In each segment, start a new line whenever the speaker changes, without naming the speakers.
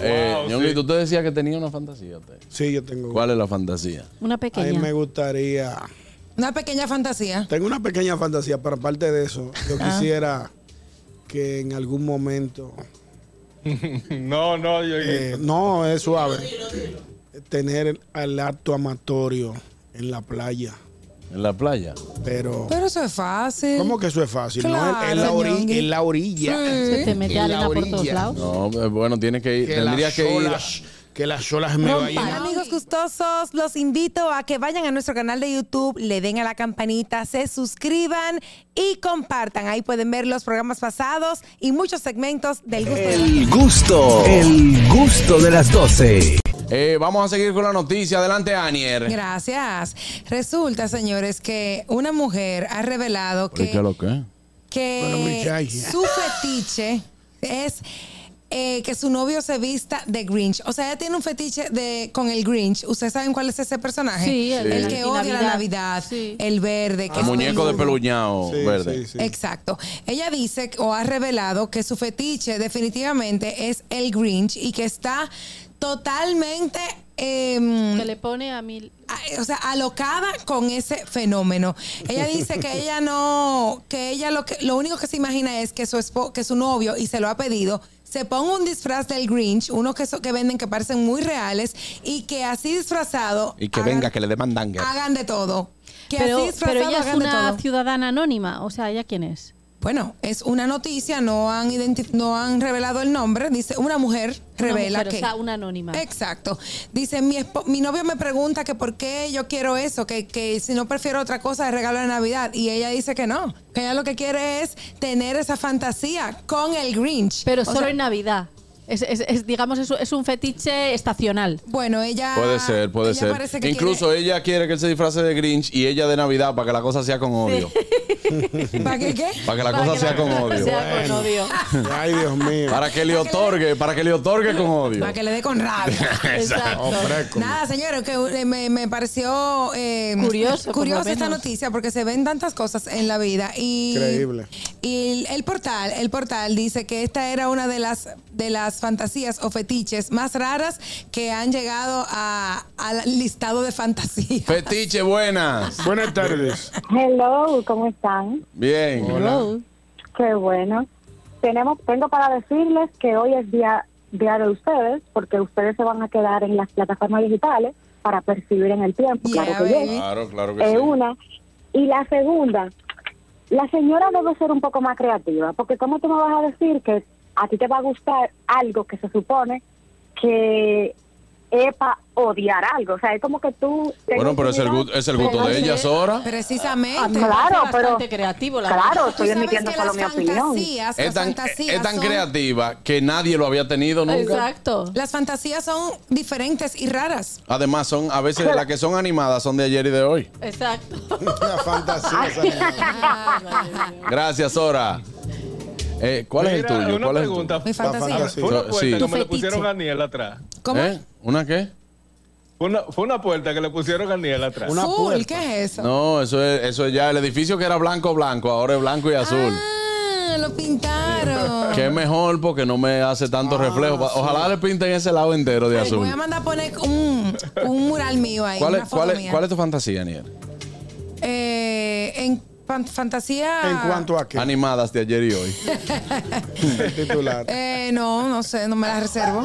Wow,
Eh, Ñonguito, usted decía que tenía una fantasía. usted.
Sí, yo tengo.
¿Cuál es la fantasía?
Una
A mí
pequeña.
me gustaría.
Una pequeña fantasía.
Tengo una pequeña fantasía, pero aparte de eso, yo
Ah.
quisiera que en algún momento.
No, no, yo.
eh, no, es suave. Tener al acto amatorio en la playa.
¿En la playa?
Pero.
Pero eso es fácil.
¿Cómo que eso es fácil? no, en- en, la
Claro,
ori-
Ñongui.
en la orilla.
Sí.
Se te mete
En la
arena por todos
orilla.
lados.
No, eh, bueno, tiene que ir.
Que
Tendría
las
que ir.
olas, que las olas me vayan.
Amigos gustosos, los invito a que vayan a nuestro canal de YouTube, le den a la campanita, se suscriban y compartan. Ahí pueden ver los programas pasados y muchos segmentos del gusto. de-
El gusto, el gusto de las 12.
Eh, vamos a seguir con la noticia. Adelante, Anier.
Gracias. Resulta, señores, que una mujer ha revelado
¿Por qué
que,
lo que?
Bueno,
que
muchacha.
su fetiche es eh, que su novio se vista de Grinch. O sea, ella tiene un fetiche de con el Grinch. ¿Ustedes saben cuál es ese personaje?
Sí, el
el,
de la
que odia la
Navidad.
Navidad,
Sí.
el verde. Que
El
es
Ah, muñeco de
peludo.
peluñao
Sí,
Oh, verde.
sí, sí.
Exacto. Ella dice o ha revelado que su fetiche definitivamente es el Grinch y que está totalmente... em,
Que le pone a mil.
a- o sea, alocada con ese fenómeno. Ella dice que ella no, que ella lo que lo único que se imagina es que su espo- que su novio y se lo ha pedido se ponga un disfraz del Grinch, unos que, so- que venden que parecen muy reales y que así disfrazado
Y que
hagan-
venga, que le demandan guerra.
hagan de todo. Que
Pero,
así disfrazado
pero ella es
hagan de
una
todo.
ciudadana anónima. O sea, ¿ella quién es?
Bueno, es una noticia, no han identi- no han revelado el nombre, dice una mujer
Una
revela
mujer,
que
O sea, una anónima.
Exacto. Dice, mi, espo- mi novio me pregunta que por qué yo quiero eso, que, que si no prefiero otra cosa de regalo de Navidad. Y ella dice que no, que ella lo que quiere es tener esa fantasía con el Grinch.
Pero
O
solo
sea,
en Navidad. Es, es- es, digamos, es, un- es un fetiche estacional.
Bueno, ella...
Puede ser, puede
ella parece
ser.
que
Incluso ella quiere que él se disfrace de Grinch y ella de Navidad para que la cosa sea con odio.
quiere- ¿Para qué qué?
Para que la
Para
cosa
que
sea
la
con
cosa
odio.
sea con
Bueno.
odio.
Ay, Dios mío.
Para que le otorgue, para que le otorgue con odio.
Para que le dé con rabia.
Exacto.
Nada, señores, que eh, me, me pareció eh,
Curioso, por lo
curiosa esta
menos.
noticia porque se ven tantas cosas en la vida y
Increíble.
Y el, el portal, el portal dice que esta era una de las de las fantasías o fetiches más raras que han llegado a- al listado de fantasía.
Fetiche, buenas.
Buenas tardes.
Hello, ¿cómo están?
Bien.
Hello.
Qué bueno. Tenemos, tengo para decirles que hoy es día, día de ustedes, porque ustedes se van a quedar en las plataformas digitales para percibir en el tiempo,
Yeah,
claro que
baby.
yes.
Claro, claro que
Es
sí.
una. Y la segunda, la señora debe ser un poco más creativa, porque ¿cómo tú me vas a decir que a ti te va a gustar algo que se supone que es para odiar algo? O sea, es como que tú...
Bueno, pero es el, gu- es el gusto de ella, Sora.
Precisamente.
Ah, Claro,
Parece bastante
pero-
creativo, la verdad.
Claro,
Tú
estoy
sabes
emitiendo
que
solo
las
mi opinión.
fantasías,
Es
las
tan,
fantasías
es tan
son-
creativa que nadie lo había tenido nunca.
Exacto.
Las fantasías son diferentes y raras.
Además, son a veces las que son animadas son de ayer y de hoy.
Exacto.
Una fantasía. esa.
Gracias, Sora. Eh, ¿Cuál es el
Mira,
tuyo?
Una
¿Cuál es el
pregunta.
Mi
La
fantasía.
fantasía.
Fue una
Sí.
puerta
Tu
como le
fetiche.
pusieron a Aniel atrás.
¿Cómo?
tuyo? ¿Eh? ¿Una qué?
Fue una, fue una puerta que le pusieron a Aniel atrás.
Una
Full,
puerta.
¿qué es eso?
No, eso es, eso es ya el edificio que era blanco blanco, ahora es blanco y azul.
Ah, lo pintaron.
Que es mejor porque no me hace tanto reflejo. Ojalá le pinten ese lado entero de azul.
Ah, Voy a mandar a poner un, un mural mío ahí.
¿Cuál
una
es,
foto
cuál, es,
mía.
cuál es tu fantasía, Aniel?
Eh, en fan- fantasía.
En cuanto a qué,
Animadas de ayer y hoy.
el titular.
Eh, no, no sé, no me la reservo.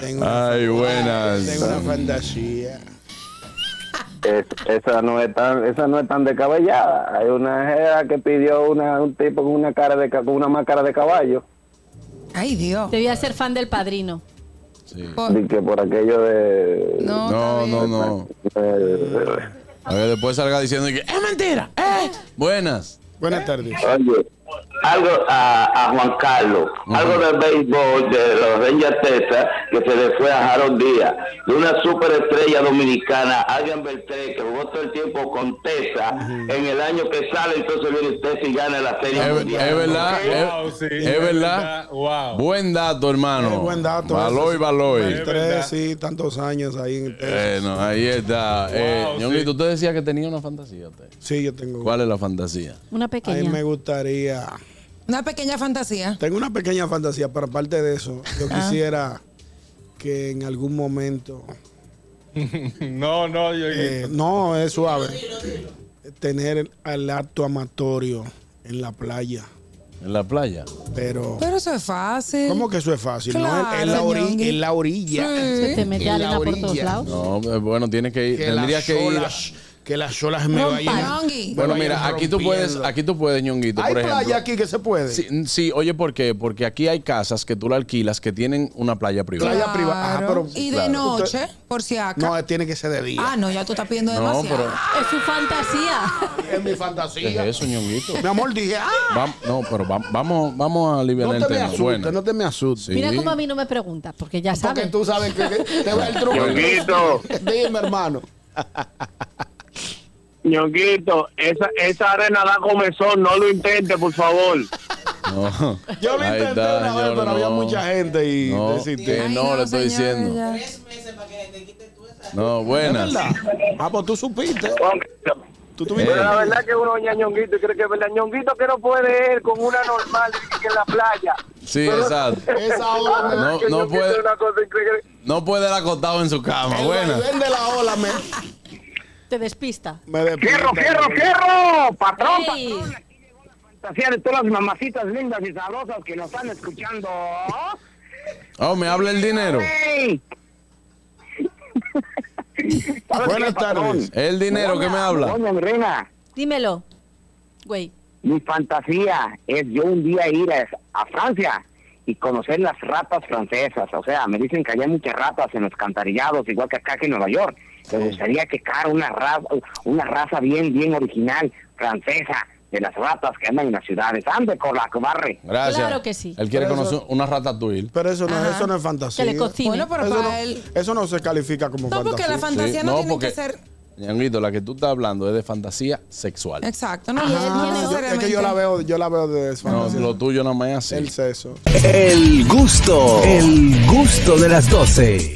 Tengo una,
Ay, buenas.
tengo una fantasía.
Es- esa no es tan esa no es tan descabellada hay una jeva que pidió una un tipo con una cara de ca- con una máscara de caballo
Ay, Dios.
Debía ser fan del padrino.
Sí.
Por-
y que por aquello de
No,
No,
está
no,
bien.
no.
eh,
A ver, después salga diciendo que es mentira. ¡Eh! Buenas.
Buenas tardes.
oye algo a, a Juan Carlos algo de béisbol de los Rangers Texas que se le fue a Harold Díaz de una superestrella dominicana Adrian Beltré que jugó todo el tiempo con Texas en el año que sale entonces viene Texas y gana la serie
Es,
mundial
es verdad.
Wow,
Es,
sí.
es
Es
verdad.
verdad, wow.
Buen dato, hermano.
Eh, buen dato.
Valor y
Ese-
valor.
Eh,
Tres,
verdad.
sí, tantos años ahí en Texas.
Bueno, ahí está. Eh,
sí.
Ñonguito, usted decía que tenía una fantasía. usted.
Sí, yo tengo.
¿Cuál es la fantasía?
Una
A mí
pequeña.
me gustaría
Una pequeña fantasía.
Tengo una pequeña fantasía, pero aparte de eso, yo
Ah.
quisiera que en algún momento,
No, no, yo.
eh, no, es suave, tener al acto amatorio en la playa.
En la playa.
Pero,
Pero eso es fácil.
¿cómo que eso es fácil? no,
Claro,
en, la ori-
Ñongui.
en la orilla.
Se te mete
En
arena
la
por todos
orilla.
lados.
No, eh, bueno, tienes que ir.
Que
Tendría
las
que ir.
olas, que las olas me
Rompa.
vayan.
Ñongui.
me
Bueno,
vayan
mira, aquí tú puedes,
rompiendo.
aquí tú puedes, ñonguito,
Hay
por
playa
ejemplo.
aquí que se puede.
Sí, sí, oye, ¿por qué? Porque aquí hay casas que tú la alquilas que tienen una playa privada.
Playa privada. Ajá, pero,
y de
claro.
noche, por si acaso.
No, eh, tiene que ser de día.
ah, no, ya tú estás pidiendo
No,
demasiado.
pero
Es su fantasía.
Es mi
¿qué
fantasía.
es eso, ñonguito?
Mi amor, dije, ah,
Va- no, pero va- vamos, vamos a aliviar
no
el
te me
tema.
asustes,
Bueno,
no te me asustes.
Sí.
Mira cómo a mí no me pregunta, porque ya
Porque
sabe.
tú sabes que, que te va el
Ñonguito.
truco. Dime, hermano.
Ñonguito, esa, esa arena da comezón, no lo intente, por favor.
no.
Yo lo
Ahí
intenté
está,
una vez,
yo
pero había
no.
mucha gente y
No,
desistí.
que
Ay,
eh, no, le estoy
señora,
diciendo.
ya.
No,
¿Es
buenas.
verdad? Ah, pues tú supiste. Tú tuviste.
Eh.
Pero la verdad que uno oye a Ñonguito y cree que es verdad. Ñonguito que no puede ir con una normal que en la playa.
Sí, exacto.
Esa ola me
No,
Que
no
Ñonguito
puede,
es una cosa increíble.
no puede ir acostado en su cama.
el
Buenas.
vaivén de la ola me,
Te despista.
me despierta.
¡Fierro, fierro, fierro! Patrón,
Ey.
patrón. Fantasía de todas las mamacitas lindas y sabrosas que nos están escuchando.
Oh, me habla el dinero.
¡Ey! ¿Sabes
Buenas
qué, patrón?
tardes.
El dinero que me habla.
Doña Reina,
Dímelo. Güey.
mi fantasía es yo un día ir a, a Francia y conocer las ratas francesas. O sea, me dicen que allá hay muchas ratas en los cantarillados, igual que acá que en Nueva York. Me gustaría que cara una raza, una raza bien, bien original, francesa, de las ratas que andan en las ciudades. Ande con la cobarre.
Gracias.
Claro que sí.
Él quiere
Pero
conocer una ratatouille.
Pero eso no, eso no es
Que
fantasía.
le cocine.
Bueno, pero
eso,
para
no,
él.
eso no se califica como
No, porque
fantasía.
la fantasía
Sí,
no,
no,
tiene
porque-
que ser.
Ñanguito, la que tú estás hablando es de fantasía sexual.
Exacto, no,
Ah,
no,
yo-
no
Ah, yo- es
necesariamente.
que yo la veo, yo la veo de
No,
fantasía.
lo tuyo nada más es así.
el sexo.
El gusto, el gusto de las doce.